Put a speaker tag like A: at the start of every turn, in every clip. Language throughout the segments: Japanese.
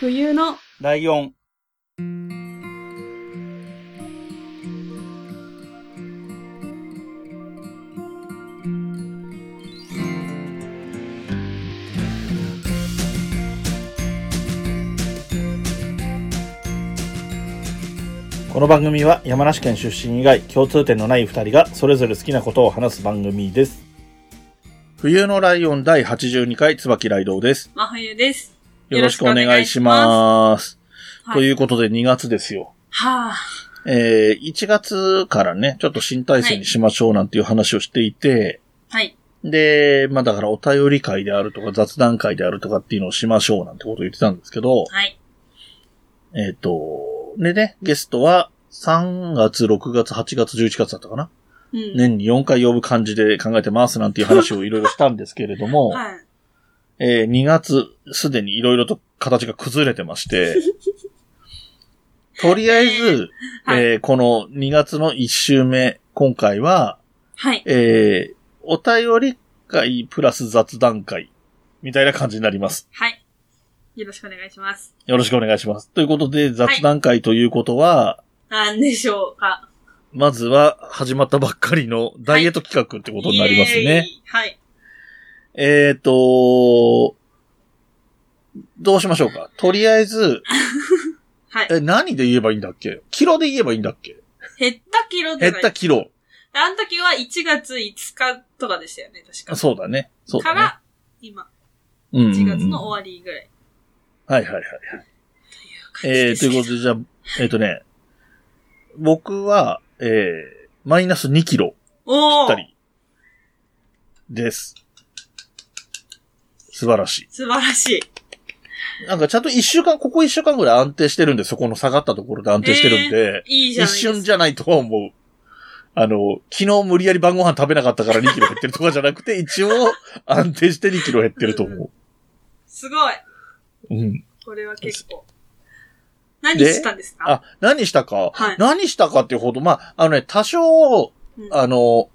A: 冬の
B: ライオン。この番組は山梨県出身以外共通点のない2人がそれぞれ好きなことを話す番組です。冬のライオン第82回椿ライドウです。
A: 真冬です。
B: よろしくお願いします。
A: はい
B: ということで2月ですよ。
A: はあ。
B: えー、1月からね、ちょっと新体制にしましょうなんていう話をしていて、
A: はい。
B: で、まあだからお便り会であるとか雑談会であるとかっていうのをしましょうなんてことを言ってたんですけど、
A: はい。
B: えっ、と、でね、ゲストは3月、6月、8月、11月だったかな
A: うん。
B: 年に4回呼ぶ感じで考えてますなんていう話をいろいろしたんですけれども、
A: はい。
B: えー2月、すでにいろいろと形が崩れてまして、 とりあえず、
A: はい
B: えーこの2月の1週目、今回は、
A: はい。
B: えーお便り会プラス雑談会、みたいな感じになります。
A: はい。よろしくお願いします。
B: よろしくお願いします。ということで、雑談会ということは、
A: なんでしょうか。
B: まずは、始まったばっかりのダイエット企画ってことになりますね。
A: イエーイ。はい。
B: えーと、どうしましょうか。とりあえず、
A: はい。
B: え、何で言えばいいんだっけキロで言えばいいんだっけ
A: 減ったキロとか
B: 減ったキロ。
A: あの時は1月5日とかでしたよね、確か。
B: そうだね。そう
A: か
B: だね。
A: ら、今、
B: うんうんうん
A: 1月の終わりぐらい。
B: はいはいはい。
A: と
B: えー、ということ
A: で
B: で、じゃあ、えっ、とね、僕は、えー、マイナス2キロ
A: すけど。お
B: ぴった
A: ー
B: りです。素晴らし
A: 素晴らしい。
B: い。なんかちゃんと一週間、ここ一週間ぐらい安定してるんで、そこの下がったところで安定してるんで、
A: いいじゃないで
B: 一
A: すか。
B: 瞬じゃないとは思う。あの、昨日無理やり晩ご飯食べなかったから2キロ減ってるとかじゃなくて、一応安定して2キロ減ってると思
A: すごい。
B: う。うん。
A: これは結構。何したんですか
B: あ、何したか、
A: はい
B: 何したかっていうほど、まあ、あのね、多少、
A: うん
B: あの、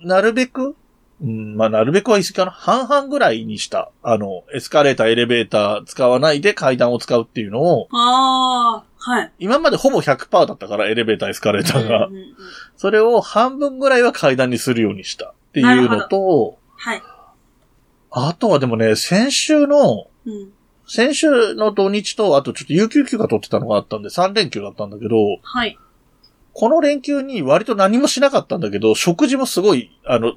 B: なるべく、うん、まあ、なるべくは言い過ぎかな。半々ぐらいにした。あの、エスカレーター、エレベーター使わないで階段を使うっていうのを、
A: あー、はい。
B: 今までほぼ100%だったから、エレベーター、エスカレーターが。
A: うんうんうん
B: それを半分ぐらいは階段にするようにしたっていう
A: な
B: の
A: る
B: と、
A: はい。
B: あとはでもね、先週の、
A: うん。
B: 先週の土日と、あとちょっと有給休暇取ってたのがあったんで、3連休だったんだけど、
A: はい。
B: この連休に割と何もしなかったんだけど、食事もすごい、あの、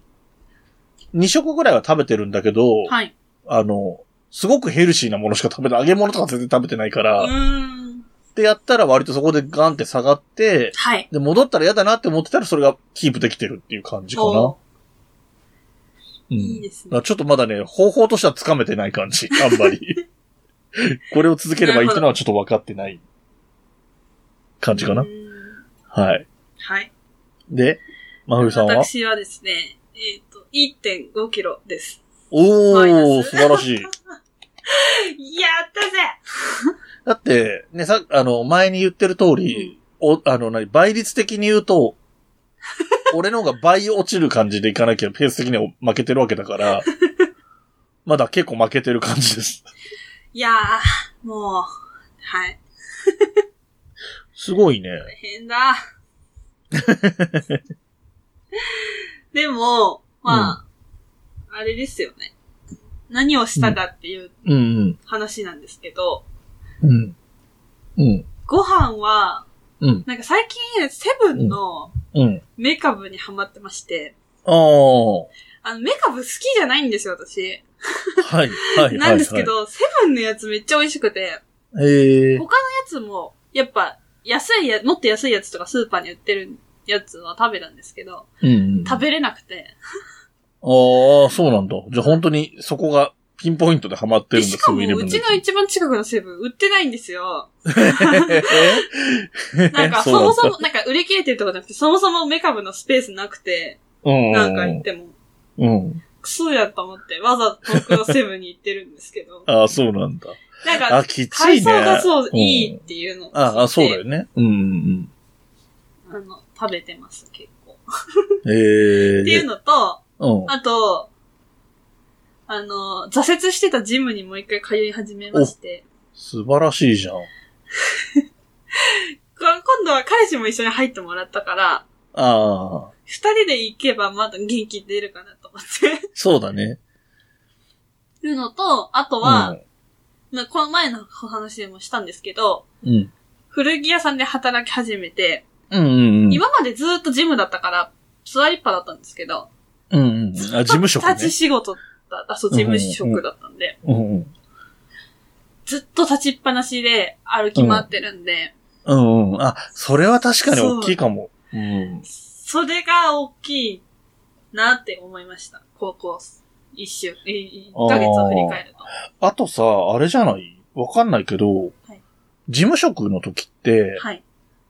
B: 2食ぐらいは食べてるんだけど、
A: はい。
B: あの、すごくヘルシーなものしか食べて、揚げ物とか全然食べてないか
A: う
B: ら、っ
A: ーん。
B: てやったら割とそこでガンって下がって、
A: はい。
B: で、戻ったら嫌だなって思ってたらそれがキープできてるっていう感じかな
A: お。
B: う
A: ー
B: ん
A: いいです
B: だか
A: ね
B: ら。ちょっとまだね、方法としてはつかめてない感 じ、あんまり。これを続ければいいってのはちょっと分かってない感じか
A: う
B: な。
A: ーん
B: はい。
A: はい。
B: で、真冬さんは
A: 私はですね、えっと、1.5キロです。
B: お
A: マイ
B: ー、
A: ナ
B: 素
A: ス
B: 晴らし い。
A: やったぜ
B: だって、ね、さ、あの、前に言ってる通り、お、あの、何、倍率的に言 うと、俺の方が倍落ちる感じでいかなきゃペース的には負けてるわけだから、 まだ結構負けてる感じです。
A: いやー、もう、はい。
B: すごいね。
A: 大変だ。 でも、まあ、あれですよね。何をしたかっていう
B: うん
A: 話なんですけど、
B: うん。うん。うん。
A: ご飯は、
B: うん。
A: なんか最近、セブンの
B: うん。
A: メカブにハマってまして、
B: ああ。
A: あの、メカブ好きじゃないんですよ、私。
B: はい、はい、はい。
A: なんですけど、セブンのやつめっちゃ美味しくて、や
B: はい。ええ
A: こつも、やっぱ、安いや、もっと安いやつとかスーパーに売ってるやつは食べたんですけど、
B: うんうん。
A: 食べれなくて、
B: ああ、そうなんだ。じゃあ本当にそこがピンポイントでハマってるんだ、
A: しかも、
B: セブンイレブ
A: う
B: ン
A: ち
B: で
A: の一番近くのセブン、売ってないんですよ。
B: え
A: なんか、
B: そ
A: そう
B: なん
A: も
B: だ
A: そも、なんか、売り切れてるとかじゃなくて、そもそもメカブのスペースなくて、
B: うん。
A: なんか行っても、
B: うん。、
A: クソやと思って、わざと遠くのセブンに行ってるんですけど
B: ああ、そうなんだ。
A: なん
B: あ、
A: か、
B: きつ
A: 海
B: いね。
A: 藻がそう、
B: ん
A: いいっていうのを聞いて、
B: ああ、そうだよね。うんうん
A: あの、食べてます、結構。
B: うん。ええ
A: っていうのと、
B: うん。
A: あと、あの、挫折してたジムにもう一回通い始めまして、
B: 素晴らしいじゃん。
A: こ今度は彼氏も一緒に入ってもらったから、
B: ああ、
A: 二人で行けばまだ元気出るかなと思って
B: そうだね。
A: るのと、あとは、まあ、この前のお話でもしたんですけど、
B: うん。うん。
A: 古着屋さんで働き始めて、
B: うんうんうん。
A: 今までずっとジムだったから、座りっぱだったんですけど、
B: うんうん。あ、事務職ね。
A: 立ち仕事だ、あ、そう、事務職だったんで、
B: うんうん。
A: ずっと立ちっぱなしで歩き回ってるんで、
B: うんうん。あ、それは確かに大きいかも。うん。
A: それが大きいなって思いました。高校一週、え一ヶ月を振り返ると。
B: あとさ、あれじゃないわかんないけど、
A: はい
B: 事務職の時って、
A: はい。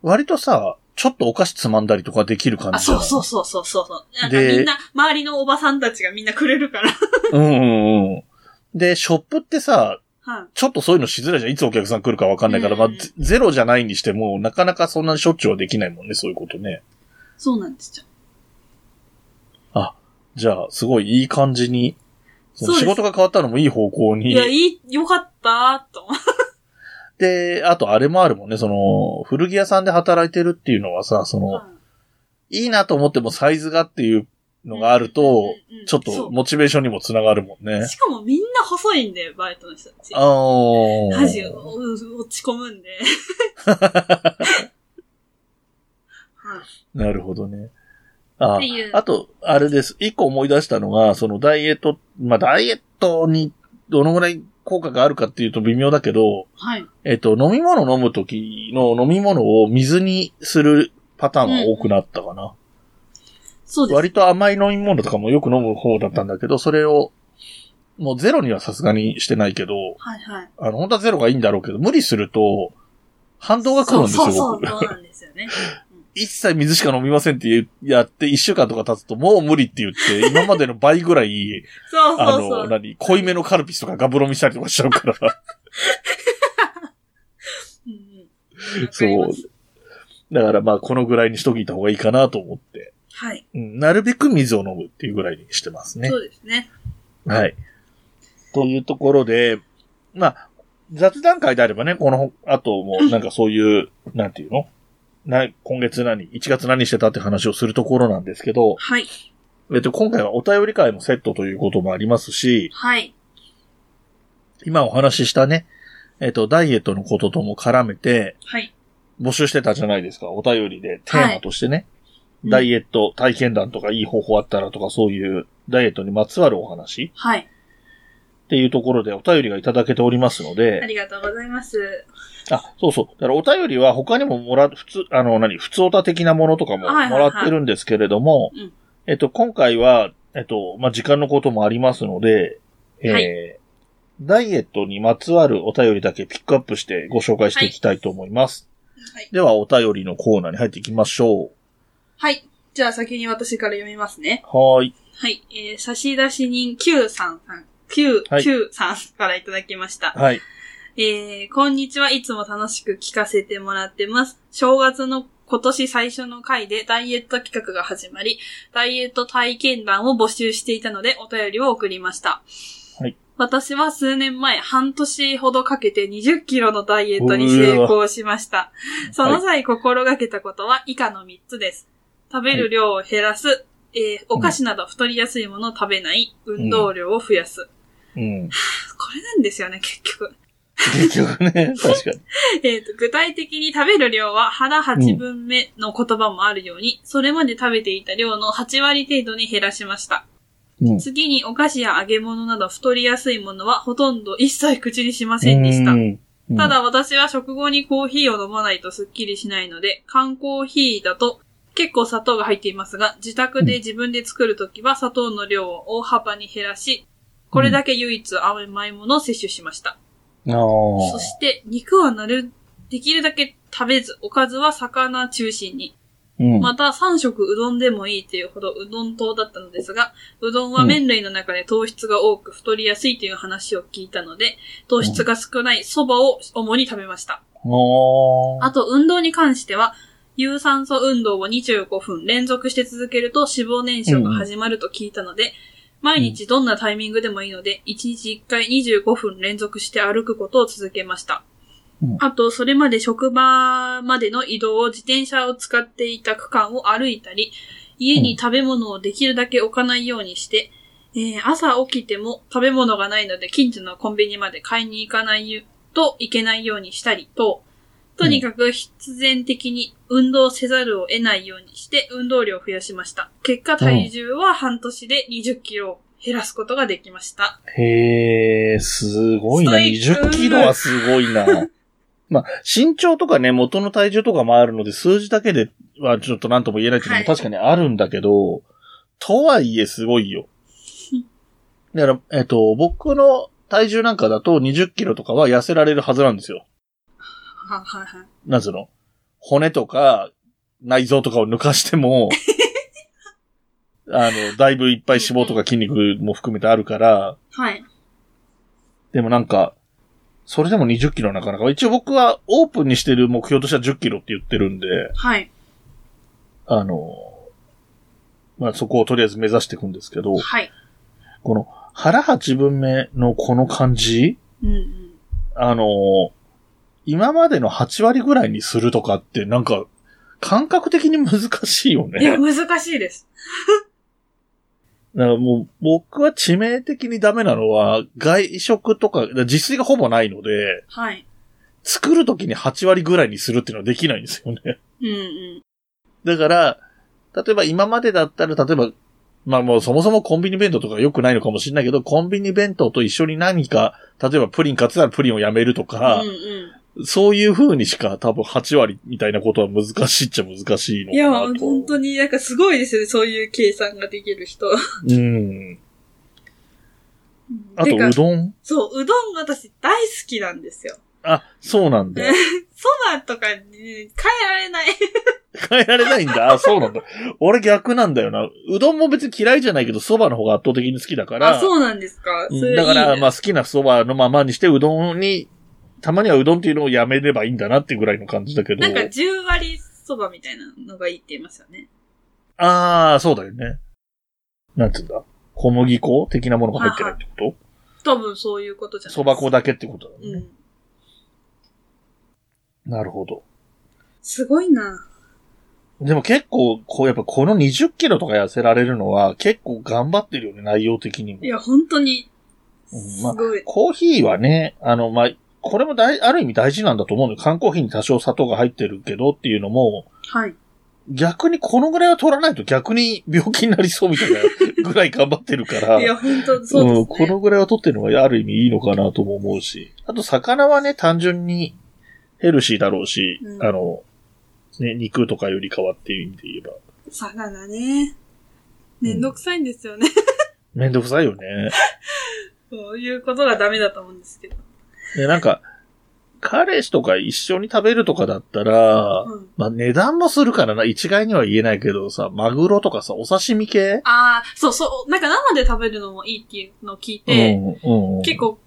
B: 割とさ、ちょっとお菓子つまんだりとかできる感
A: あ、
B: じじゃ
A: そ
B: な
A: うそう
B: い
A: そうそうそうそう。なんか
B: で
A: みんな、周りのおばさんたちがみんなくれるから。
B: うんうんうん。で、ショップってさ、
A: はい。
B: ちょっとそういうのしづらいじゃん。いつお客さん来るかわかんないから、
A: うん
B: まあ、ゼゼロじゃないにしても、なかなかそんなにしょっちゅうはできないもんね、そういうことね。
A: そうなんですよ。
B: じゃあ、すごいいい感じに、そ
A: そ
B: の
A: うです
B: 仕事が変わったのもいい方向
A: い
B: に。
A: や、いい、よかったーと思って。
B: で、あとあれもあるもんね、その、古着屋さんで働いてるっていうのはさ、その、いいなと思ってもサイズがっていうのがあると、
A: うんうんうん
B: ちょっ
A: そ
B: と
A: う
B: モチベーションにもつながるもんね。
A: しかもみんな細いんで、バイトの人たち。
B: あー
A: マジ、お落ち込む んで。はい
B: なるほどね。あ
A: っていう
B: あと、あれです。一個思い出したのが、そのダイエット、まあ、ダイエットにどのぐらい効果があるかっていうと微妙だけど、
A: はい。
B: えっと、飲み物飲む時の飲み物を水にするパターンが多くなったかな。
A: そうです。
B: 割と甘い飲み物とかもよく飲む方だったんだけど、それを、もうゼロにはさすがにしてないけど、
A: はいはい。
B: あの、本当はゼロがいいんだろうけど、無理すると、反動が来るんですよ、
A: そうそう
B: 僕
A: そう、そうなんですよね。
B: 一切水しか飲みませんって言うやって、一週間とか経つと、もう無理って言って、今までの倍ぐらい、
A: そう
B: あ
A: そうそ
B: の、
A: う。
B: 何、濃いめのカルピスとかガブロミしたりとかしちゃう から。
A: うんうん
B: そう
A: わかります
B: だからまあ、このぐらいにしといた方がいいかなと思って、
A: はい。
B: うんなるべく水を飲むっていうぐらいにしてますね
A: そ。うですね。
B: はい。というところで、まあ、雑談会であればね、この後も、なんかそういう、なんていうのな今月何 ?1 月何してたって話をするところなんですけど、
A: はい。
B: えっと、今回はお便り会もセットということもありますし、
A: はい。
B: 今お話ししたね、えっと、ダイエットのこととも絡めて、
A: はい。
B: 募集してたじゃないですか、お便りで、テーマとしてね、
A: うん
B: ダイエット体験談とかいい方法あったらとか、そういうダイエットにまつわるお話
A: はい。
B: っていうところでお便りがいただけておりますの
A: あ
B: で、
A: りがとうございます。
B: あ、そうそう。だからお便りは他にももら、普通、あの、何、普通おた的なものとかも
A: はいはい
B: も
A: はい
B: らってるんですけれども、
A: うん
B: えっと、今回は、えっと、まあ、時間のこともありますので、えー
A: は
B: ダイエットにまつわるお便りだけピックアップしてご紹介していきたいと思います。
A: はい。
B: では、お便りのコーナーに入っていきましょ
A: はい。じゃあ先に私から読みますね。
B: う。はーい。
A: はい。えー、差出人 Q さんさん、Q、
B: はい
A: Q さんからいただきました。
B: はい。
A: えー、こんにちは。いつも楽しく聞かせてもらってます。正月の今年最初の回でダイエット企画が始まり、ダイエット体験談を募集していたのでお便りを送りました。
B: はい
A: 私は数年前、半年ほどかけて20キロのダイエットに成功しました。その際心がけたことは以下の3つです。食べる量を減らす、えーお菓子など太りやすいものを食べない、運動量を増やす。
B: うん。
A: これなんですよね、結局。
B: 結局 ね、確かに。
A: えーと具体的に食べる量は腹8分目の言葉もあるように、それまで食べていた量の8割程度に減らしました。
B: うん。
A: 次にお菓子や揚げ物など太りやすいものはほとんど一切口にしませんでした
B: う。ん
A: た、だ私は食後にコーヒーを飲まないとスッキリしないので、缶コーヒーだと結構砂糖が入っていますが、自宅で自分で作るときは砂糖の量を大幅に減らし、これだけ唯一甘いものを摂取しました。
B: ああ。
A: そして、肉はなる、できるだけ食べず、おかずは魚中心に。
B: うん。
A: また、3食うどんでもいいというほどうどん党だったのですが、うどんは麺類の中で糖質が多く太りやすいという話を聞いたので、糖質が少ない蕎麦を主に食べました。
B: あ
A: あと、運動に関しては、有酸素運動を25分連続して続けると脂肪燃焼が始まると聞いたので、毎日どんなタイミングでもいいので、1日1回25分連続して歩くことを続けました。
B: うん
A: あと、それまで職場までの移動を自転車を使っていた区間を歩いたり、家に食べ物をできるだけ置かないようにして、えー朝起きても食べ物がないので近所のコンビニまで買いに行かないといけないようにしたりと、とにかく必然的に運動せざるを得ないようにして運動量を増やしました。結果体重は半年で20キロを減らすことができました。
B: へえ、すごいな。
A: ストイック
B: 20キロはすごい な。まあ、身長とかね、元の体重とかもあるので、数字だけではちょっと何とも言えないっていうの
A: はい
B: も確かにあるんだけど、とはいえすご いよ。だから、えっと、僕の体重なんかだと20キロとかは痩せられるはずなんですよ。
A: はいはいはい。
B: なんつうの骨とか内臓とかを抜かし ても、あの、だいぶいっぱい脂肪とか筋肉も含めてあるから、
A: はい。
B: でもなんか、それでも20キロなかなか、一応僕はオープンにしてる目標としては10キロって言ってるんで、
A: はい。
B: あの、まあ、そこをとりあえず目指していくんですけど、
A: はい。
B: この腹8分目のこの感じ、
A: うんうん。
B: あの、今までの8割ぐらいにするとかってなんか、感覚的に難しいよね。
A: いや、難しいです。
B: だからもう、僕は致命的にダメなのは、外食とか、だから自炊がほぼないので、
A: はい。
B: 作るときに8割ぐらいにするっていうのはできないんですよね。
A: うんうん。
B: だから、例えば今までだったら、例えば、まあもうそもそもコンビニ弁当とか良くないのかもしれないけど、コンビニ弁当と一緒に何か、例えばプリン買ってたらプリンをやめるとか
A: うん、う
B: そういう風にしか多分8割みたいなことは難しいっちゃ難しいの
A: ん。いや、
B: かなと。
A: 本当になんかすごいですよね。そういう計算ができる人。
B: うん。あと、
A: てか
B: うどん
A: そう、うどんが私大好きなんですよ。
B: あ、そうなんだ。
A: そばとかに変えられない。
B: 変えられないん だ。あ、そうなんだ。俺逆なんだよな。うどんも別に嫌いじゃないけど、蕎麦の方が圧倒的に好きだから。
A: あ、そうなんですか。
B: うん
A: それ
B: だから、
A: いいね
B: まあ好きな蕎麦のままにして、うどんに、たまにはうどんっていうのをやめればいいんだなっていうぐらいの感じだけど。
A: なんか10割そばみたいなのがいいって言いますよね。
B: ああ、そうだよね。なんつうんだ。小麦粉的なものが入ってないってこ
A: 多分そういうことじ
B: と
A: ゃない
B: 蕎麦粉だけってことだ
A: う
B: ね。
A: ん。
B: なるほど。
A: すごいな。
B: でも結構、こうやっぱこの20キロとか痩せられるのは結構頑張ってるよね、内容的にも
A: い。や、本当に。
B: うん
A: す
B: まあ
A: ごい。
B: コーヒーはね、あの、まあ、これも大、ある意味大事なんだと思うのよ。缶コーヒーに多少砂糖が入ってるけどっていうのも、
A: はい。
B: 逆にこのぐらいは取らないと逆に病気になりそうみたいなぐらい頑張ってるか ら、
A: いや、本当そうですね。
B: ん、このぐらいは取ってるのはある意味いいのかなとも思うし、あと魚はね、単純にヘルシーだろうし、
A: うん
B: あの、ね、肉とかよりかはっていう意味で言えば、
A: 魚ね。めんどくさいんですよね。
B: めんどくさいよね。
A: そういうことがダメだと思うんですけど。
B: で、なんか、彼氏とか一緒に食べるとかだったら、
A: うん。
B: まあ値段もするからな、一概には言えないけどさ、マグロとかさ、お刺身系
A: ああ、そうそう。なんか生で食べるのもいいっていうのを聞いて、
B: うん、うん。
A: 結構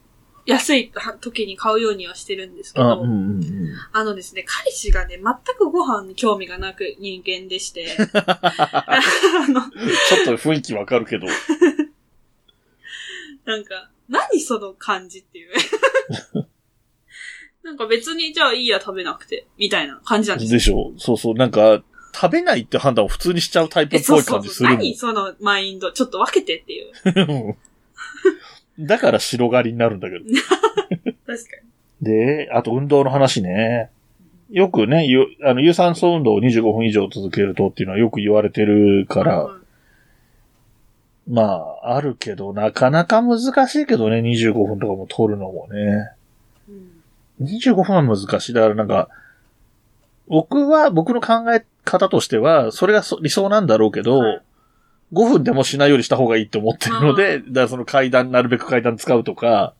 A: 安い時に買うようにはしてるんですけ
B: あ、
A: ど、
B: うんうんうん。
A: あのですね、彼氏がね、全くご飯に興味がなく人間でして、 あの、
B: ちょっと雰囲気わかるけど。
A: なんか、何その感じっていう。なんか別にじゃあいいや食べなくて、みたいな感じなんですよ。
B: でしょそうそう、なんか、食べないって判断を普通にしちゃうタイプ
A: え
B: っぽ
A: そう
B: い
A: そ
B: 感
A: う
B: じ
A: そ
B: す
A: う。
B: るもん
A: 何そのマインド、ちょっと分けてっていう。確
B: うんだから白狩りになるんだけど。
A: か
B: で、あと運動の話ね。よくね、ゆあの有酸素運動を25分以上続けるとっていうのはよく言われてるか
A: に。
B: ら、
A: うん
B: まあ、あるけど、なかなか難しいけどね、25分とかも取るのもね。
A: うん
B: 25分は難しい。だからなんか、僕は、僕の考え方としては、それがそ理想なんだろうけど、
A: はい
B: 5分でもしないようにした方がいいと思ってるので、だからその階段、なるべく階段使うとか、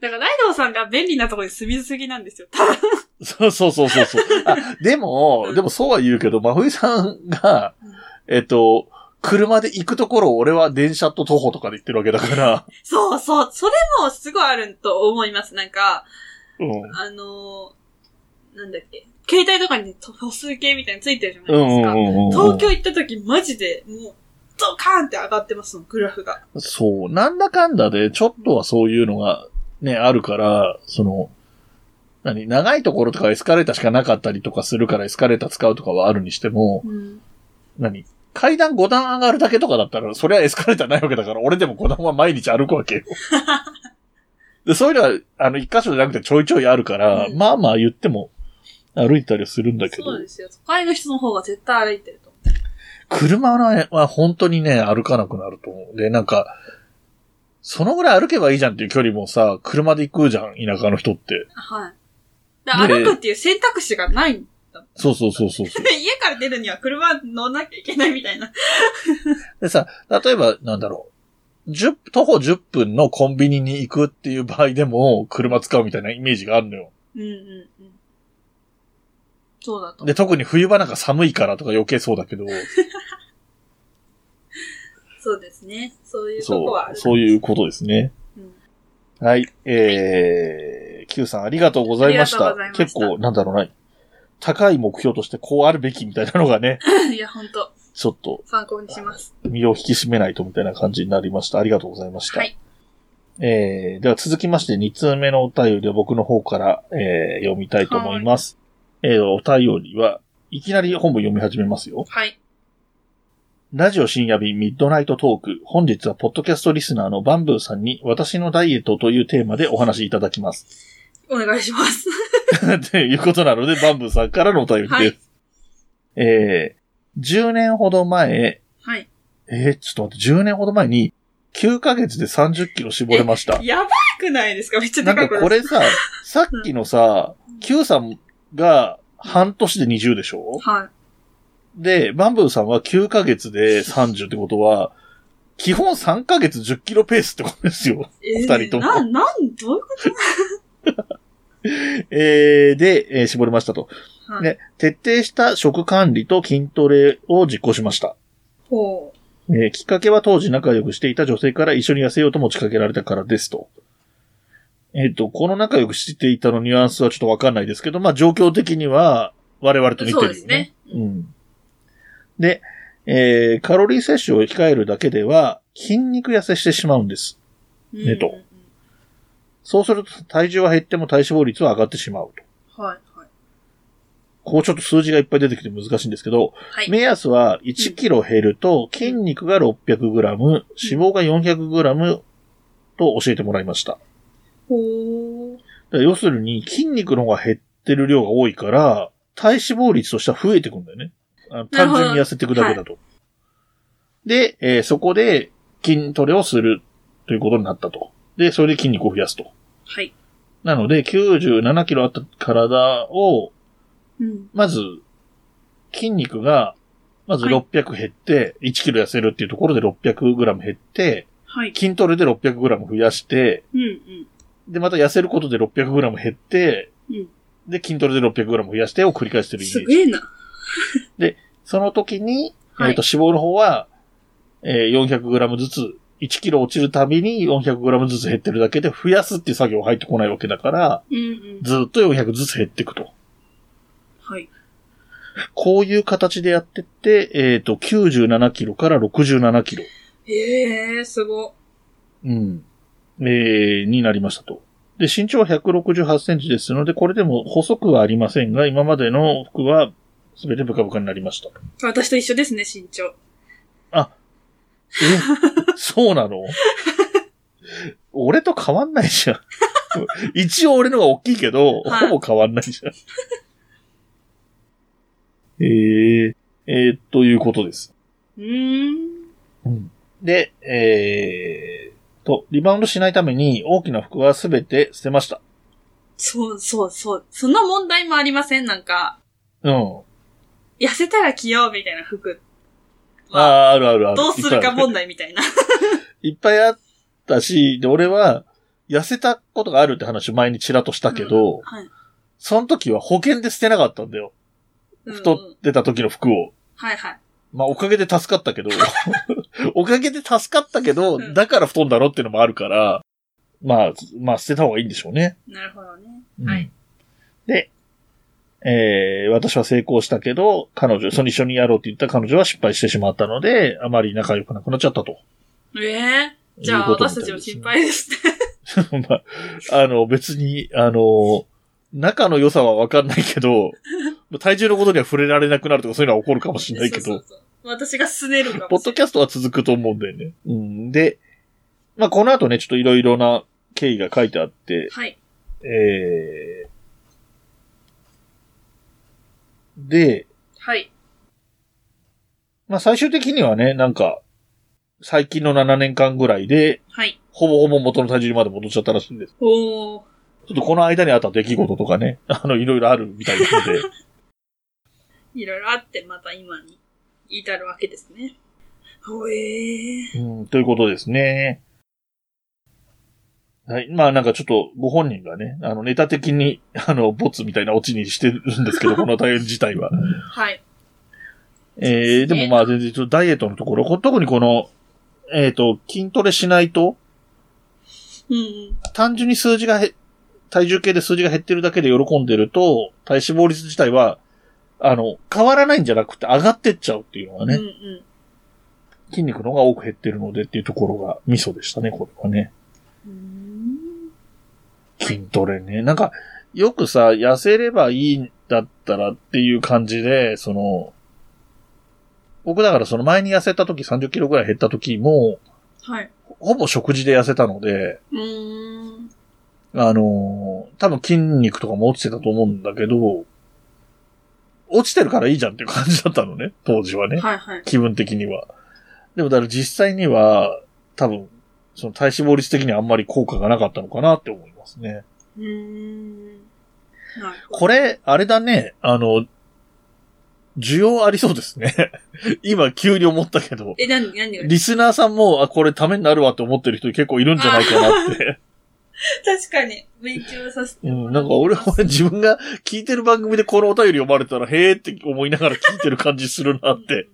A: だからライドウさんが便利なところに住みすぎなんですよ。多分
B: そうそうそうそうそう。あ、でも、でもそうは言うけど、真冬さんが
A: うん、
B: えっと、車で行くところを俺は電車と徒歩とかで行ってるわけだから、
A: そうそう。それもすごいあると思います。なんか、
B: うん。
A: あのー、なんだっけ、携帯とかに歩数計みたいについてるじゃ
B: うん
A: ないうです
B: ん
A: か。
B: うんうんうん。
A: 東京行った時マジで、もう、とカーンって上がってますもん、グラフが。
B: そう、なんだかんだで、ちょっとはそういうのがね、あるから、その、何、長いところとかエスカレーターしかなかったりとかするからエスカレーター使うとかはあるにしても、
A: うん。
B: 何階段5段上がるだけとかだったら、それはエスカレーターないわけだから、俺でも5段は毎日歩くわけよ。 で、そういうのは、あの、一箇所じゃなくてちょいちょいあるから、
A: うん
B: まあまあ言っても、歩いたりはするんだけど
A: そう、ですよ。都会の人の方が絶対歩いてると思
B: 車はねは本当にね、歩かなくなると思う。で、なんか、そのぐらい歩けばいいじゃんっていう距離もさ、車で行くじゃん、田舎の人って。
A: う。はい。だから
B: ね
A: 歩くっていう選択肢がないんだ。
B: そうそうそうそうそう。
A: 家から出るには車乗んなきゃいけないみたいな。
B: でさ、例えば、なんだろう。10徒歩10分のコンビニに行くっていう場合でも、車使うみたいなイメージがあるのよ。
A: うんうんうん。そうだと思
B: で、特に冬場なんか寒いからとか余計そうだけど、
A: う。そうですね。そういうとこ
B: そ
A: はあ
B: う、
A: る。
B: そういうことですね。
A: うん
B: はい、えー、Q さんありがとうございまし
A: あ
B: た。
A: りがとうございました
B: 結構、なんだろうな、高い目標としてこうあるべきみたいなのがね、
A: いや、本当
B: ちょっと
A: 参考にします。
B: 身を引き締めないとみたいな感じになりました。ありがとうございました。
A: はい。
B: えー、では続きまして2通目のお便りを僕の方から、えー読みたいと思います。えー、お便りは、いきなり本文読み始めますよ。
A: はい。
B: ラジオ深夜便ミッドナイトトーク。本日はポッドキャストリスナーのバンブーさんに私のダイエットというテーマでお話しいただきます。
A: お願いします。
B: ということなので、バンブーさんからのお便りです。
A: はい
B: えー、10年ほど前、
A: はい。
B: えー、ちょっと待って、10年ほど前に9ヶ月で30キロ絞れました。
A: やばくないですかめっちゃ
B: な
A: でか
B: んか
A: く
B: こ
A: なる
B: れさ、さっきのさ、Q さんが半年で20でしょ
A: はい。
B: で、バンブーさんは9ヶ月で30ってことは、基本3ヶ月10キロペースってことですよ。
A: え
B: 二人とも
A: な、なん、どういうこ
B: えー、で、えー絞りましたと。
A: とはい。
B: ね、徹底した食管理と筋トレを実行しました。
A: ほう。
B: えーきっかけは当時仲良くしていた女性から一緒に痩せようと持ちかけられたからですと。えっ、と、この仲良くしていたのニュアンスはちょっとわかんないですけど、まあ状況的には我々と似てるよね。
A: そうですね
B: うん。で、えーカロリー摂取を控えるだけでは筋肉痩せしてしまうんです。
A: うん
B: ねと
A: うん
B: そうすると体重は減っても体脂肪率は上がってしまうと。
A: うんはい、はい。
B: こうちょっと数字がいっぱい出てきて難しいんですけど、
A: はい。
B: 目安は1キロ減ると筋肉が 600g、脂肪が 400g と教えてもらいました。だか
A: ほう。
B: ら要するに筋肉の方が減ってる量が多いから、体脂肪率としては増えてくんだよね。あの
A: なる
B: 単
A: ほど
B: 純に痩せていくだけだと。で、えーそこで筋トレをするということになったと。で、それで筋肉を増やすと。
A: はい。
B: なので、97キロあった体を、
A: うん。
B: まず、筋肉が、まず
A: はい
B: 600減って、1キロ痩せるっていうところで600グラム減って、
A: はい。
B: 筋トレで600グラム増やして、
A: うん、うん。
B: で、また痩せることで600グラム減って、
A: うん
B: で、筋トレで600グラム増やしてを繰り返してるイメ
A: す
B: ージ。
A: げえな。
B: その時に、
A: はい
B: えっと、脂肪の方は、えー400グラムずつ、1キロ落ちるたびに400グラムずつ減ってるだけで、増やすっていう作業が入ってこないわけだから、
A: うん、うん。
B: ずっと400ずつ減っていくと。
A: はい。
B: こういう形でやってって、えっ、と、97キロから67キロ。
A: ええー、すご。
B: うん。えー、になりましたと。で、身長は168センチですので、これでも細くはありませんが、今までの服は全てブカブカになりました。
A: 私と一緒ですね、身長。
B: え そう なの俺と変わんないじゃん。 一応俺のが大きいけど、
A: はい
B: ほぼ変わんないじゃん。えー、えー、ということです。
A: うーん。
B: で、えー、と、リバウンドしないために大きな服はすべて捨てました。
A: そう、そう、そう。その問題もありませんなんか、
B: うん。
A: 痩せたら着ようみたいな服は、
B: ああー、あるあるある。
A: どうするか
B: も
A: 問題みたいな。
B: いっぱいあったし、で、俺は、痩せたことがあるって話を前にちらっとしたけど、
A: はい。
B: その時は保険で捨てなかったんだよ。
A: うん
B: 太
A: うん
B: ってた時の服を。
A: はいはい。
B: まあ、おかげで助かっ たけど、おかげで助かったけど、
A: うん
B: だから太んだろっていうのもあるから、まあ、まあ、捨てた方がいいんでしょうね。
A: なるほどね。
B: うん
A: はい。
B: で、えー、私は成功したけど、彼女、その一緒にやろうって言った彼女は失敗してしまったので、あまり仲良くなくなっちゃったと。
A: ええじゃあ、
B: いうことみ
A: 私
B: い
A: たちも
B: ですね
A: 心配ですね。
B: まあ、あの、別に、あの、仲の良さはわかんない けど、体重のことには触れられなくなるとかそういうのは起こるかもしれ ないけ
A: そう
B: ど
A: そ、うそう私がすねるか
B: ポ
A: も
B: ッ
A: しれ
B: ド
A: ない。
B: キャストは続くと思うんだよね。うん、で、まあ、この後ね、ちょっといろいろな経緯が書いてあって、
A: はい。
B: えー、で、
A: はい。
B: まあ、最終的にはね、なんか、最近の7年間ぐらいで、
A: はい。
B: ほぼほぼ元の体重にまで戻っちゃったらしいんです。
A: おー。
B: ちょっとこの間にあった出来事とかね、 あの、いろいろあるみたいなので、
A: いろいろあって、また今に至るわけですね。ほえー。
B: うん、ということですね。はい。まあなんかちょっとご本人がね、あのネタ的に、 あの、ボツみたいなオチにしてるんですけど、このダイエット自体は。
A: はい。
B: えー、でもまあ全然ちょっとダイエットのところ、こ特にこの、えっ、と、筋トレしないと、
A: うんうん。
B: 単純に数字がへ、体重計で数字が減ってるだけで喜んでると、体脂肪率自体は、あの、変わらないんじゃなくて上がってっちゃうっていうのがね、
A: うんうん
B: 筋肉の方が多く減ってるのでっていうところがミソでしたね、これはね。
A: うーん。
B: 筋トレね。なんか、よくさ、痩せればいいんだったらっていう感じで、その、僕だからその前に痩せた時30キロぐらい減った時も、
A: はい。
B: ほぼ食事で痩せたので、
A: うーん。
B: あのー多分筋肉とかも落ちてたと思うんだけど、落ちてるからいいじゃんっていう感じだったのね、 当時はね。
A: はいはい。
B: 気分的には。でもだから実際には、多分、その体脂肪率的にはあんまり効果がなかったのかなって思いますね。
A: うーん。なるほど。
B: これ、あれだね、あの、需要ありそうですね。 今急に思ったけど、
A: え、なに、なに
B: リスナーさんも、あ、これためになるわって思ってる人結構いるんじゃないかなって。
A: 確かに、勉強させて
B: う
A: も
B: ん、
A: ら
B: な
A: っ
B: ん
A: てます
B: か俺、俺自分が聞いてる番組でこのお便り読まれたら、へーって思いながら聞いてる感じするな って。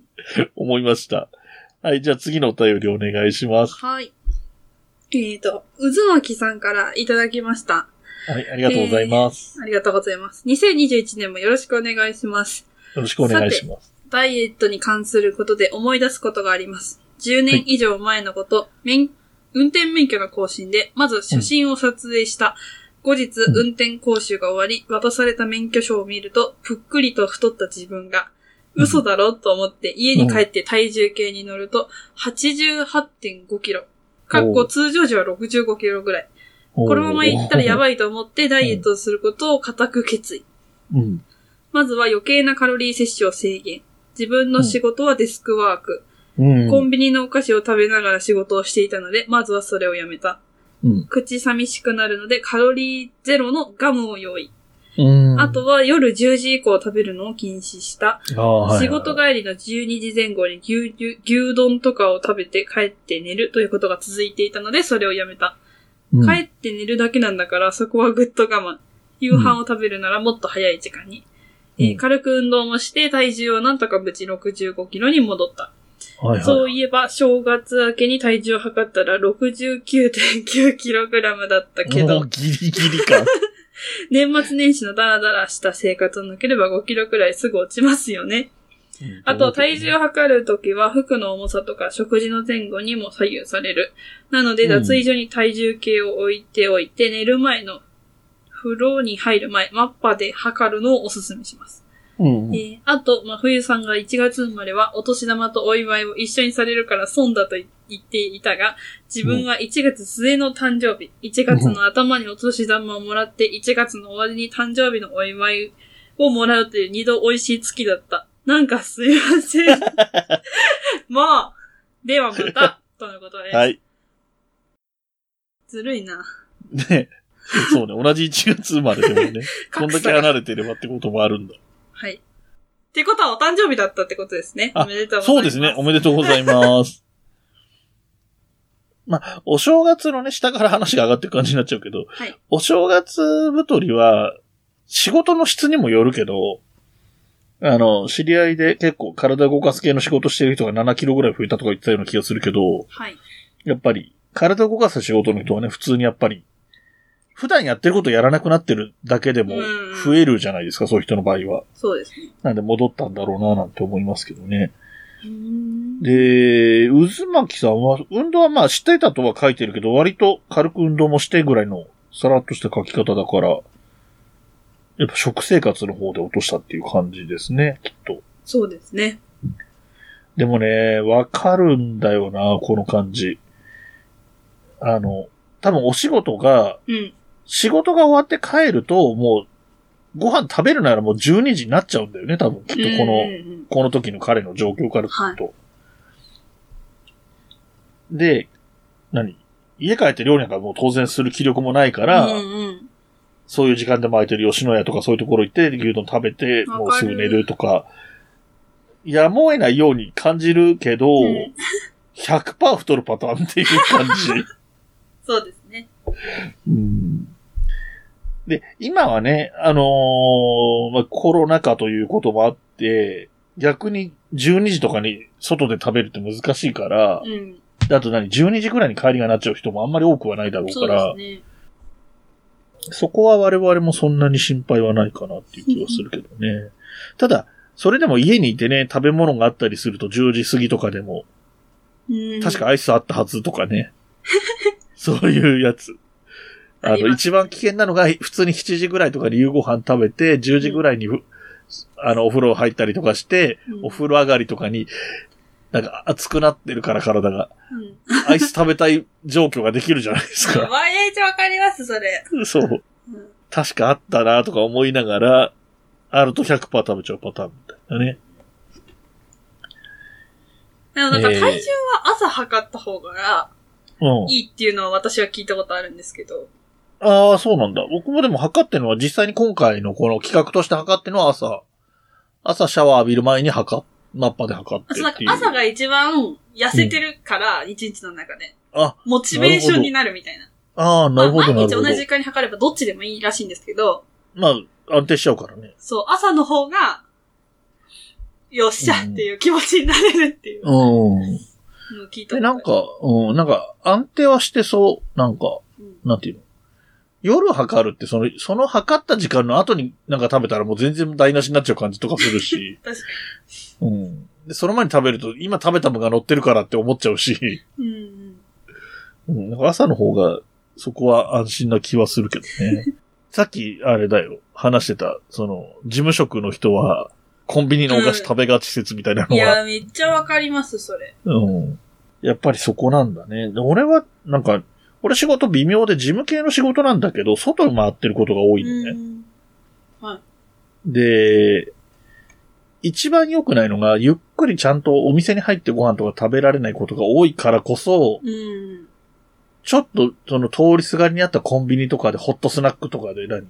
B: 思いました。はい、じゃあ次のお便りお願いします。
A: はい。えっ、ー、と、渦巻さんからいただきました。
B: はい、ありがとうございます。
A: ありがとうございます。2021年もよろしくお願いします。
B: よろしくお願いします。
A: ダイエットに関することで思い出すことがあります。10年以上前のこと、免運転免許の更新で、まず写真を撮影した。後日、
B: うん
A: 運転講習が終わり、渡された免許証を見ると、ぷっくりと太った自分が、
B: うん
A: 嘘だろと思って家に帰って体重計に乗ると、88.5キロ。かっ
B: お
A: こ
B: う
A: 通常時は65キロぐらい。このまま行ったらやばいと思ってダイエットをすることを固く決意。
B: い。うん。
A: まずは余計なカロリー摂取を制限。自分の仕事はデスクワーク。
B: うん。
A: コンビニのお菓子を食べながら仕事をしていたので、まずはそれをやめた。
B: うん
A: 口寂しくなるので、カロリーゼロのガムを用意。
B: うん。
A: あとは夜10時以降食べるのを禁止した。
B: あー、はいはい
A: 仕事帰りの12時前後に牛牛牛丼とかを食べて帰って寝るということが続いていたので、それをやめた。
B: うん
A: 帰って寝るだけなんだから、そこはぐっと我慢。夕飯を食べるならもっと早い時間に。えー
B: うん
A: 軽く運動もして、体重をなんとか無事65キロに戻った。
B: はいはい
A: そういえば、正月明けに体重を測ったら69.9キログラムだったけ
B: もう
A: ど、
B: ギリギリか。
A: 年末年始のダラダラした生活を抜ければ5キロくらいすぐ落ちますよね。 あと、体重を測るときは服の重さとか食事の前後にも左右される。なので、
B: うん
A: 脱衣所に体重計を置いておいて、寝る前の風呂に入る前、マッパで測るのをおすすめします。
B: うん
A: えーあと、まあ、冬さんが1月生まれはお年玉とお祝いを一緒にされるから損だと言っていたが、自分は1月末の誕生日、1月の頭にお年玉をもらって、1月の終わりに誕生日のお祝いをもらうという二度美味しい月だった。なんかすいませ ん。まあ、ではまた、とのことです。
B: はい。
A: ずるいな。
B: ね。そうね。同じ1月生まれでもね。こんだけ
A: 格差が
B: 離れてればってこともあるんだ。
A: はい。ってことはお誕生日だったってことですね。
B: あ
A: おめでとうござい
B: そ
A: ます。
B: うですね。おめでとうござ います。まあ、お正月のね、下から話が上がっていく感じになっちゃうけど、
A: はい
B: お正月太りは、仕事の質にもよるけど、あの、知り合いで結構体動かす系の仕事してる人が7キロぐらい増えたとか言ってたような気がするけど、
A: はい。
B: やっぱり、体を動かす仕事の人はね、普通にやっぱり、普段やってることやらなくなってるだけでも
A: うん
B: 増えるじゃないですか、そういう人の場合は。
A: そうですね。
B: なんで戻ったんだろうな、なんて思いますけどね。
A: うん
B: で、渦巻さんは、運動はまあしてたとは書いてるけど、割と軽く運動もしてぐらいのさらっとした書き方だから、やっぱ食生活の方で落としたっていう感じですね、きっと。
A: そうですね。
B: でもね、わかるんだよな、この感じ。あの、多分お仕事が、
A: うん。
B: 仕事が終わって帰ると、もう、ご飯食べるならもう12時になっちゃうんだよね、多分。きっとこの
A: うん、うんうん
B: この時の彼の状況からすると。で、何家帰って料理なんかもう当然する気力もないから、
A: うんうん
B: そういう時間でも空いてる吉野家とかそういうところ行って牛丼食べて、
A: わかる
B: もうすぐ寝るとか、やむを得ないように感じるけど、
A: うん
B: 100%太るパターンっていう感じ。
A: そうですね。
B: うんで、今はね、あのーまあ、コロナ禍ということもあって、逆に12時とかに外で食べるって難しいから、
A: うん。
B: だと何、12時くらいに帰りがなっちゃう人もあんまり多くはないだろう
A: そ
B: か
A: う
B: ら、そ
A: ですね。
B: こは我々もそんなに心配はないかなっていう気はするけどね。ただ、それでも家にいてね、食べ物があったりすると10時過ぎとかでも、
A: うん
B: 確かアイスあったはずとかね。 そういうやつ。あ
A: あり
B: の、
A: ます
B: 一番危険なのが、普通に7時ぐらいとかに夕ご飯食べて、10時ぐらいにふ、あの、お風呂入ったりとかして、
A: うん
B: お風呂上がりとかに、なんか熱くなってるから 体が、
A: うん。
B: アイス食べたい状況ができるじゃないです か。
A: わい、一わかります、それ。
B: そう。
A: うん
B: 確かあったなとか思いながら、あると100%食べちゃうパターンみたいなね。
A: でもなんか
B: えー
A: 体重は朝測った方が
B: うん。
A: いいっていうのは私は聞いたことあるんですけど。
B: ああ、そうなんだ。僕もでも測ってるのは実際に今回のこの企画として測ってるのは朝、朝シャワー浴びる前に測っ、マッパで測って
A: そうなん
B: っ
A: か
B: ていう。
A: 朝が一番痩せてるから、一日の中で。
B: あ、
A: モチベーションになるみたいな。
B: ああ、なるほ
A: ま
B: ど、な
A: あ、毎
B: る
A: 日
B: ほ
A: 同
B: ど。
A: じ時間に測ればどっちでもいいらしいんですけど、
B: まあ、安定しちゃうからね。
A: そう、朝の方が、よっしゃっていう気持ちになれるっていうのを
B: うん。
A: 聞いたことあ
B: で、な
A: る
B: んか、うん、なんか、安定はしてそう。なんか、
A: うん。
B: なんていうの夜測るって、その、その測った時間の後になんか食べたらもう全然台無しになっちゃう感じとかするし
A: 確か
B: うん。で、その前に食べると、今食べた分が乗ってるからって思っちゃうし。
A: に。うんうん。
B: うん、なんか朝の方が、そこは安心な気はするけど ね。さっき、あれだよ、話してた、その、事務職の人は、コンビニのお菓子食べがち説みたいないのは、
A: や、めっちゃわかります、それ。
B: うん、やっぱりそこなんだね。で俺は、なんか、俺仕事微妙で事務系の仕事なんだけど、外回ってることが多いの
A: う
B: ね。
A: ん。
B: で、一番良くないのが、ゆっくりちゃんとお店に入ってご飯とか食べられないことが多いからこそ、
A: うん。
B: ちょっと、その通りすがりにあったコンビニとかで、ホットスナックとかで何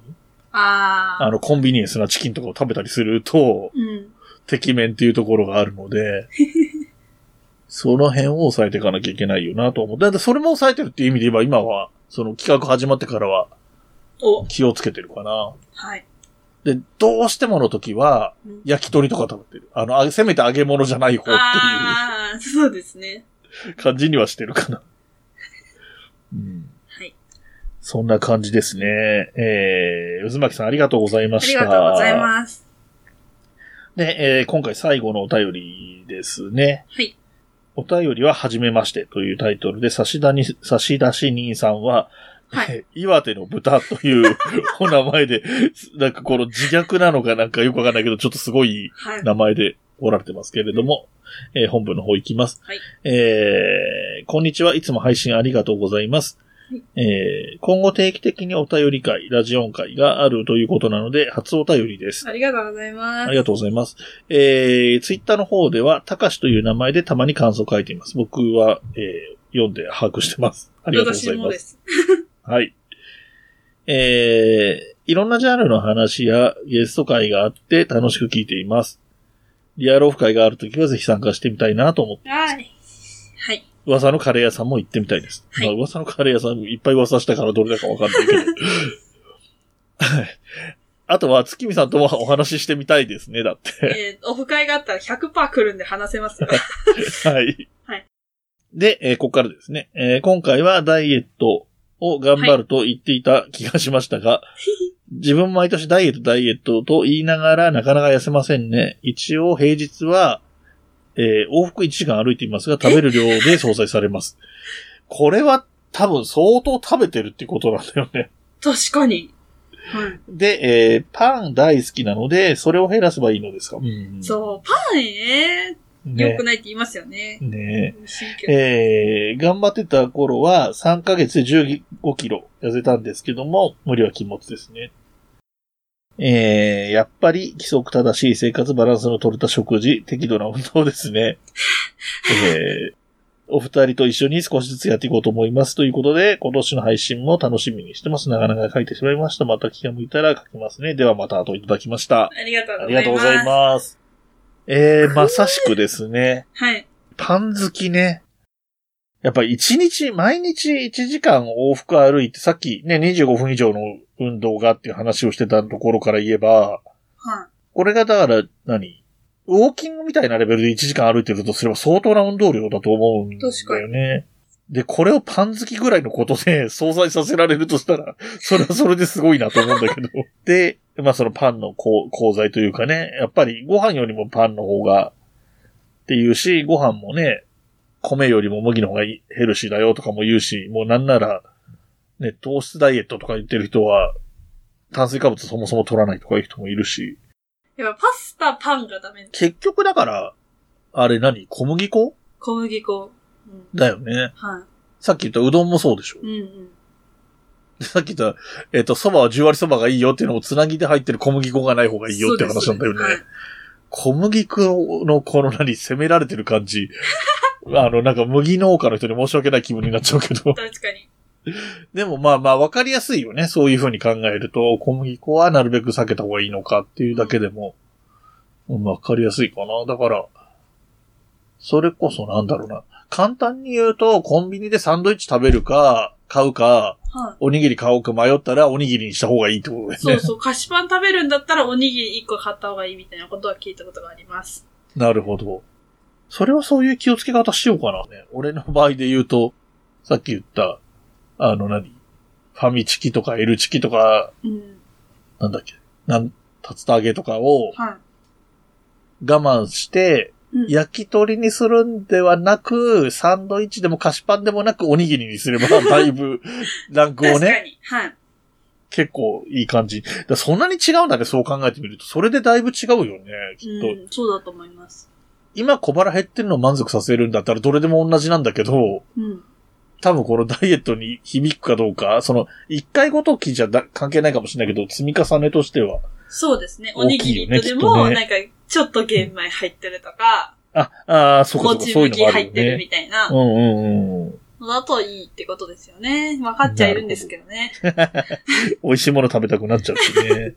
A: あー。
B: あの、コンビニエンスなチキンとかを食べたりすると、
A: うん。
B: てきめんっていうところがある ので、その辺を抑えていかなきゃいけないよなと思って、だってそれも抑えてるっていう意味で言えば、今は、その企画始まってからは
A: お、
B: 気をつけてるかな。
A: はい。
B: で、どうしてもの時は、
A: うん
B: 焼き鳥とか食べてる。あの、あせめて揚げ物じゃない方っていう。
A: あー、そうですね。
B: 感じにはしてる かな。うん。
A: はい。
B: そんな感じですね。えー、渦巻さんありがとうございま
A: あり
B: した。
A: がとうございます。
B: で、えー今回最後のお便りですね。
A: はい。
B: お便りは、はじめましてというタイトルで、差しだに、差し出し人さんは、
A: はい。
B: えー岩手の豚という お名前で、なんかこの自虐なのかなんかよくわかんないけど、ちょっとすごい
A: はい。
B: 名前でおられてますけれども、えー本部の方行きます。
A: はい
B: えーこんにちはいつも配信ありがとうございます。えー今後定期的にお便り会、ラジオン会があるということなので、初お便りです。
A: ありがとうございます。
B: ありがとうございます。えー、ツイッターの方では、たかしという名前でたまに感想を書いています。僕は、えー読んで把握して ます。ありがとうござい
A: 私
B: ま
A: も
B: す
A: で。す。
B: はい。えー、いろんなジャンルの話やゲスト会があって楽しく聞いています。リアルオフ会があるときはぜひ参加してみたいなと思って、
A: はい。はい。
B: 噂のカレー屋さんも行ってみたいです。
A: はい
B: まあ噂のカレー屋さんいっぱい噂したからどれだかわか んないけど。はいあとは、月見さんともお話ししてみたいですね、だって。
A: えー、オフ会があったら100%来るんで話せますよ。
B: はい。
A: はい
B: で、えーここからですね。えー今回はダイエットを頑張ると言っていた気がしましたが、 自分毎年ダイエットダイエットと言いながらなかなか痩せませんね。一応平日は、えー往復1時間歩いていま すが、食べる量で相殺されます。これは多分相当食べてるってことなんだよね。
A: 確かに。はい。
B: で、えーパン大好きなので、それを減らせばいいのですかうん。
A: そう、パンえ
B: う。
A: 良
B: ね
A: く。ないって言いますよね。
B: ね
A: 美味しいけど。
B: えー、頑張ってた頃は3ヶ月で15キロ痩せたんですけども、無理は禁物ですね。えー、やっぱり規則正しい生活、バランスの取れた食事、適度な運動ですね。 えー、お二人と一緒に少しずつやっていこうと思います。ということで、今年の配信も楽しみにしてます。なかなか書いてしまいました。また気が向いたら書きますね。ではまた後いただきました。
A: ありがと
B: あ
A: うございます。
B: りがとうございます。えー、まさしくですね。
A: はい。
B: パン好きね。やっぱ一日、毎日1時間往復歩いて、さっきね、25分以上の運動がっていう話をしてたところから言えば、
A: は
B: これがだから何、ウォーキングみたいなレベルで1時間歩いてるとすれば相当な運動量だと思うんだよね。で、これをパン好きぐらいのことで 相殺させられるとしたら、それはそれですごいなと思うんだけど。で、まあそのパンのこう功罪というかね、やっぱりご飯よりもパンの方がっていうし、ご飯もね、米よりも麦の方がいいヘルシーだよとかも言うし、もうなんなら、ね、糖質ダイエットとか言ってる人は、炭水化物そもそも取らないとかいう人もいるし、
A: い。やっぱパスタ、パンがダメ。
B: 結局だから、あれ何小麦粉
A: 小麦粉。うん。
B: だよね。
A: は
B: さっき言ったうどんもそうでしょ
A: い。。うんうん。
B: でさっき言った、えっ、と、蕎麦は10割蕎麦がいいよっていうのをつなぎで入ってる小麦粉がない方がいいよって話なんだよね。
A: そうです
B: 小麦粉のこの何、責められてる感じ。 あの、なんか麦農家の人に申し訳ない気分になっちゃうけど。
A: はい確かに。
B: でもまあまあ分かりやすいよね。そういう風に考えると、小麦粉はなるべく避けた方がいいのかっていうだけでも、うん、分かりやすいかな。だから、それこそなんだろうな。簡単に言うと、コンビニでサンドイッチ食べるか、買うか、
A: は
B: おにぎり買おうか迷ったらおにぎりにした方がいいってことだ
A: い。そ
B: よ
A: う
B: ね。
A: そう。菓子パン食べるんだったらおにぎり1個買った方がいいみたいなことは聞いたことがあります。
B: なるほど。それはそういう気をつけ方しようかな。ね、俺の場合で言うと、さっき言った、あの何ファミチキとか L チキとか、
A: うん。
B: なんだっけ、なん、竜田揚げとかを
A: は
B: 我慢して、
A: い。うん、
B: 焼き鳥にするんではなく、サンドイッチでも菓子パンでもなくおにぎりにすれば、だ いぶ、ランクを
A: 確か
B: ね、
A: に。はい。
B: 結構いい感じ。だからそんなに違うんだね、そう考えてみると。それでだいぶ違うよね、きっと。
A: うん。そうだと思います。
B: 今小腹減ってるのを満足させるんだったらどれでも同じなんだけど、
A: うん。
B: 多分このダイエットに響くかどうか、その、一回ごときじゃだ関係ないかもしれないけど、積み重ねとしては。
A: そうですね。おにぎ
B: 大きい
A: り
B: よね
A: とでも、
B: きっとね
A: なんか、ちょっと玄米入ってるとか、
B: あ、ああ、そうか
A: も
B: そうか、
A: ち
B: そういう
A: 麦
B: のもあ
A: 入
B: るよ
A: ってる
B: ね。
A: みたいな
B: うんうんうん。
A: のだといいってことですよね。分かっちゃいるんですけどね。
B: 美味しいもの食べたくなっちゃうし ね。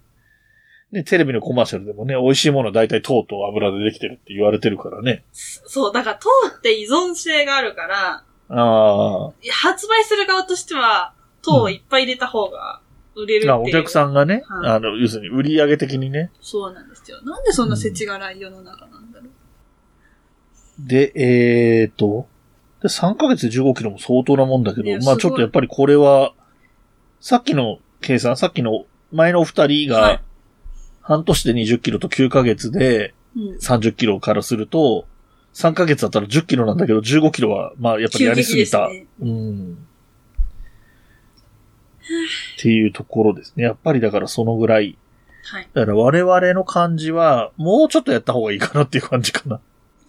B: で、テレビのコマーシャルでもね、美味しいものは大体糖と油でできてるって言われてるからね。
A: そう、だから糖って依存性があるから、
B: ああ。
A: 発売する側としては、糖をいっぱい入れた方が売れるっていう。
B: まあお客さ
A: ん。
B: んがね、
A: はい
B: あの、要するに売り上げ的にね。
A: そうなんですよ。なんでそんな世知辛い世の中なんだろう。
B: で、えーと、で、3ヶ月で15キロも相当なもんだけ
A: いや
B: ど、ま
A: す
B: あ
A: ごい
B: ちょっとやっぱりこれは、さっきの計算、さっきの前のお二人
A: は
B: が
A: い、
B: 半年で20キロと9ヶ月で
A: うん。
B: 30キロからすると、3ヶ月だったら10キロなんだけど、15キロは、まあやっぱりやりすぎた。
A: 急激ですね
B: うん。っていうところですね。やっぱりだからそのぐらい。
A: はい。
B: だから我々の感じは、もうちょっとやった方がいいかなっていう感じかな。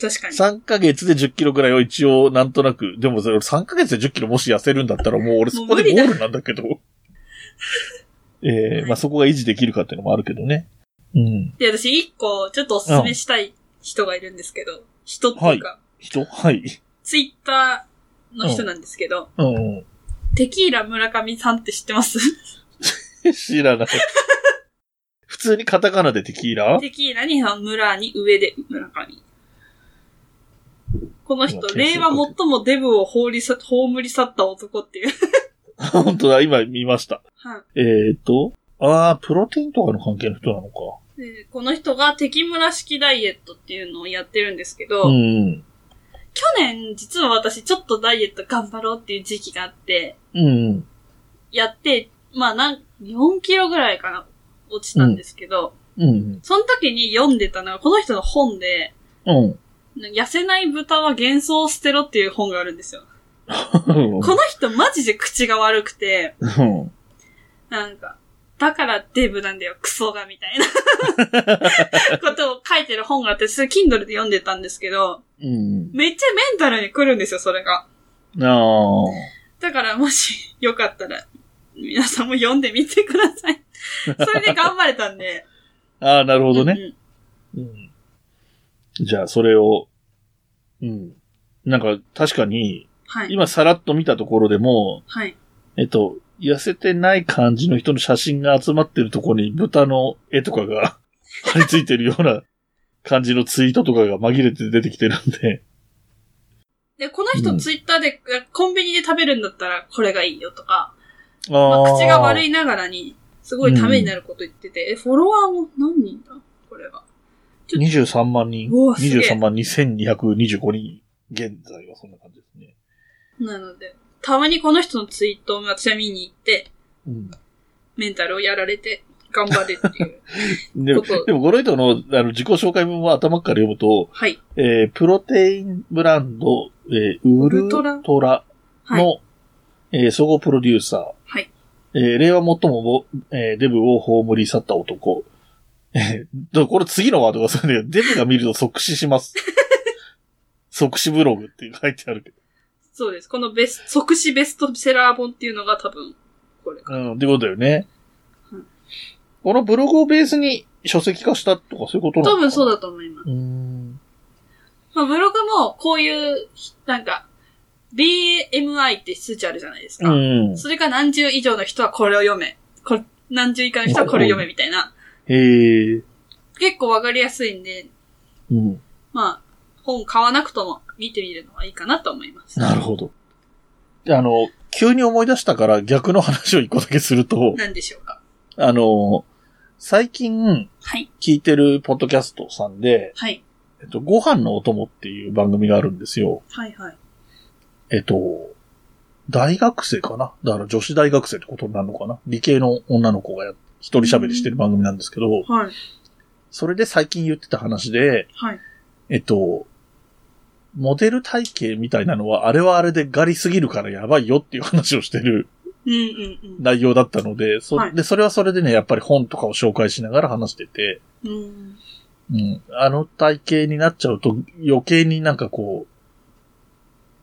A: 確かに。
B: 3ヶ月で10キロぐらいを一応なんとなく、でもそれ3ヶ月で10キロもし痩せるんだったらもう俺そこでゴールなんだけど。 ええまあそこが維持できるかっていうのもあるけどね。うん。
A: で、私一個、ちょっとおすすめしたい人がいるんですけど、人っていうか、
B: 人はい。
A: ツイッターの人なんですけど、
B: うん う
A: テキーラ村上さんって知ってます
B: ん。知ら ない。普通にカタカナでテキーラ
A: テキーラに村に上で村上。この人、
B: うん
A: 令和最もデブを放りさ、葬り去った男っていう。
B: 本当だ、今見ました。
A: はい
B: えーっと、ああ、プロテインとかの関係の人なのか。
A: でこの人が敵村式ダイエットっていうのをやってるんですけど、
B: うん
A: 去
B: うん。
A: 年実は私ちょっとダイエット頑張ろうっていう時期があって、
B: うんうん。
A: やって、まあなん、4キロぐらいかな、落ちたんですけど、
B: うん。
A: その時に読んでたのが、この人の本で、
B: うん。
A: 痩せない豚は幻想を捨てろっていう本があるんですよ。
B: う
A: こ
B: ん
A: の人マジで口が悪くて、
B: うん。
A: なんか、だからデブなんだよ、クソが、みたいな ことを書いてる本があって、それ Kindle で読んでたんですけど、
B: うん。
A: めっちゃメンタルに来るんですよ、それが。
B: ああ。
A: だからもしよかったら、皆さんも読んでみてくだ さい。それで頑張れたんで。
B: ああ、なるほど
A: うん
B: ね。
A: うん
B: うん。じゃあ、それを、うん。なんか、確かに、
A: はい。
B: 今さらっと見たところでも、
A: はい。
B: えっと、痩せてない感じの人の写真が集まってるところに豚の絵とかが貼り付いてるような感じのツイートとかが紛れて出てきてるんで。
A: で、この人
B: うん
A: ツイッターで、コンビニで食べるんだったらこれがいいよとか、
B: あ
A: まあ、口が悪
B: い。
A: いながらに、すごいためになること言ってて、え、フォロワーも何人だこれは。
B: 23万人。
A: うわすげえ
B: 23万2225人。現在はそんな感じですね。
A: なので、たまにこの人のツイートを私は見に行って、
B: うん。
A: メンタルをやられて、頑張れって いう。
B: でも、
A: こと
B: でもこの人のあの自己紹介文は頭から読むと、
A: はい。
B: えー、プロテインブランド、えー、ウルトラ
A: ウルはい。
B: の、えー総合プロデューサー、
A: はい。
B: えー令和最もぼ、えーデブを葬り去った男。えーとこれ次のワードがそれで、デブが見ると即死 します。即死ブログって書いてあるけど。
A: そうです。このベス、即死ベストセラー本っていうのが多分、これか。
B: うん、ってことだよね
A: うん。
B: このブログをベースに書籍化したとかそういうことなの
A: 多分そう
B: だ。
A: だと思います。
B: うーん。
A: まあ、ブログも、こういう、なんか、BMI って数値あるじゃないです
B: う
A: か。
B: ん。
A: それが何十以上の人はこれを読め。こ何十以下の人はこれを読めみたいな。
B: へえ。
A: 結構わかりやすいんで、
B: うん。
A: まあ、本買わなくとも見てみるのはいいかなと思います。
B: なるほど。であの、急に思い出したから逆の話を一個だけすると、
A: なんでしょうか。
B: あの、最近
A: はい。
B: 聞いてるポッドキャストさんで、
A: はい。
B: えっと、ご飯のお供っていう番組があるんですよ。
A: はいはい。
B: えっと、大学生かなだから女子大学生ってことになるのかな理系の女の子がや一人喋りしてる番組なんですけど、
A: はい。
B: それで最近言ってた話で、
A: はい。
B: えっと、モデル体型みたいなのは、あれはあれでガリすぎるからやばいよっていう話をしてる
A: うんうん
B: 内容だったので、そ,、
A: はい
B: でそれはそれでね、やっぱり本とかを紹介しながら話してて、
A: うん。うん。
B: うん。あの体型になっちゃうと余計になんかこ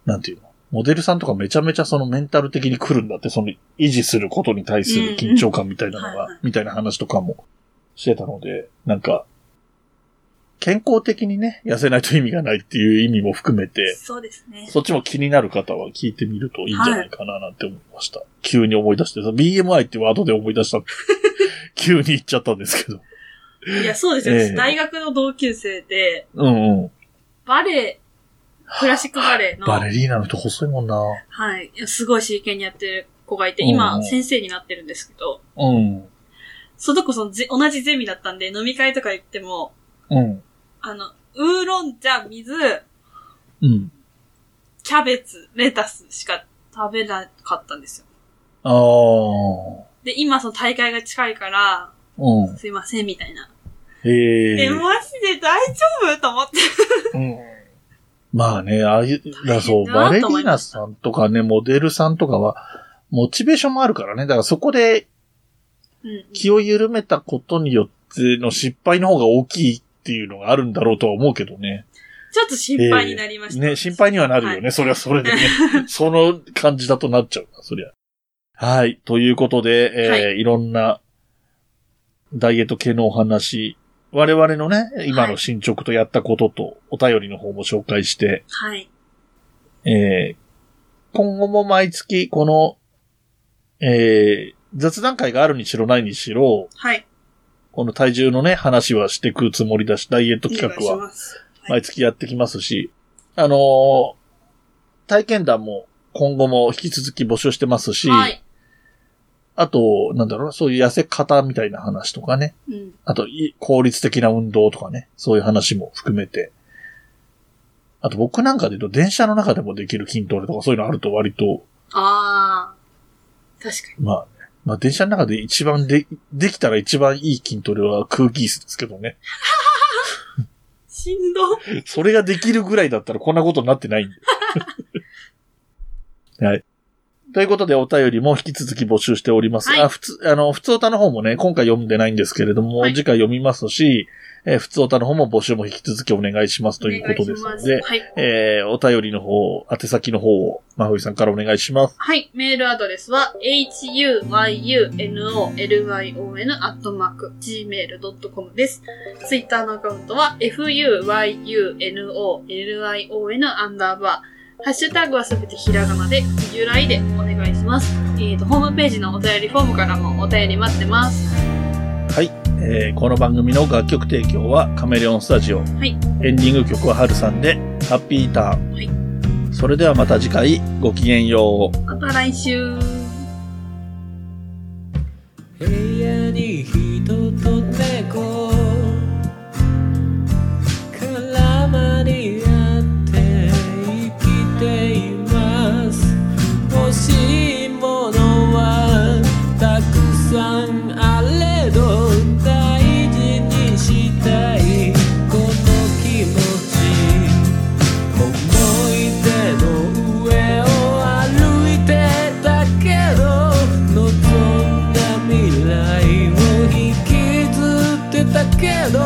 B: う、なんていうのモデルさんとかめちゃめちゃそのメンタル的に来るんだって、その維持することに対する緊張感みたいなの
A: うんうんはいは
B: が
A: い、
B: みたいな話とかもしてたので、なんか、健康的にね、痩せないと意味がないっていう意味も含めて、
A: そうですね。
B: そっちも気になる方は聞いてみるといいんじゃないかななんて思いました。急に思い出して、その BMI ってワードで思い 出した。急に言っちゃったんですけど。
A: いや、そうですよ。
B: ええ
A: 大学の同級生で、
B: うんうん。
A: バレエ、クラシックバレエの、
B: バレリーナの人細いもんな。
A: はい。すごい真剣にやってる子がいて、
B: うんう
A: 今、
B: ん
A: 先生になってるんですけど、
B: うん。
A: その子そのぜ同じゼミだったんで、飲み会とか行っても、
B: うん。
A: あの、ウーロン茶、水、
B: うん。
A: キャベツ、レタスしか食べなかったんですよ。
B: ああ。
A: で、今その大会が近いから、
B: うん。
A: すいません、みたいな。
B: へ
A: え、
B: え。
A: マジで大丈夫と 思って。
B: うん。まあね、ああいう、だからそ
A: 大
B: う、
A: 変だな
B: バレリ
A: と思い
B: ー
A: ま
B: ナ
A: し
B: さんとかね、モデルさんとかは、モチベーションもあるからね。だからそこで
A: うん。
B: 気を緩めたことによっての失敗の方が大きいっていうのがあるんだろうとは思うけどね。
A: ちょっと心配になりました。
B: ね、心配にはなるよね。
A: は
B: それはそ れでね。その感じだとなっちゃうな、そりゃ。はい。ということで、えー、
A: はい
B: ろんなダイエット系のお話、我々のね、今の進捗とやったことと、お便りの方も紹介して、
A: はい。
B: えー今後も毎月この、えー雑談会があるにしろないにしろ、
A: はい。
B: この体重のね、話はしてくつもりだし、ダイエット
A: お願
B: 企
A: い
B: 画
A: し
B: は
A: ます。はい
B: 毎月やってきますし、あのー体験談も今後も引き続き募集してますし、
A: はい。
B: あと、なんだろうな、そういう痩せ方みたいな話とかね、
A: うん。
B: あとい効率的な運動とかね、そういう話も含めて、あと僕なんかで言うと電車の中でもできる筋トレとかそういうのあると割と
A: あ確かに。
B: まあ、ね、まあ電車の中で一番で、できたら一番いい筋トレは空気椅子ですけどね。
A: しんど。
B: それができるぐらいだったらこんなことになって ないんで。はい。ということでお便りも引き続き募集しております。
A: はい
B: あ、普通、あの、普通歌の方もね、今回読んでないんですけれども、
A: はい
B: 次回読みますし、えー普通歌の方も募集も引き続きお願いしますということです
A: お願
B: の
A: いし
B: で
A: ま、すはい。
B: えー、お便りの方、宛先の方を、まふいさんからお願いします。
A: はい。メールアドレスは、huyunolion.gmail.com です。ツイッターのアカウントは、fuyunolion アンダーバー。ハッシュタグはすべてひらがなで、由来でお願いします。えーと、ホームページのお便りフォームからもお便り待ってます。
B: えーこの番組の楽曲提供はカメレオンスタジオ。
A: い
B: エンディング曲はハルさんで、ハッピーターン。
A: はい
B: それではまた次回、ごきげんよう。
A: また来週。
C: 部屋に人と猫絡まり合って生きています欲しいものはたくさんあれど大事にしたいこの気持ち「思い出の上を歩いてたけど」「望んだ未来を引きずってたけど」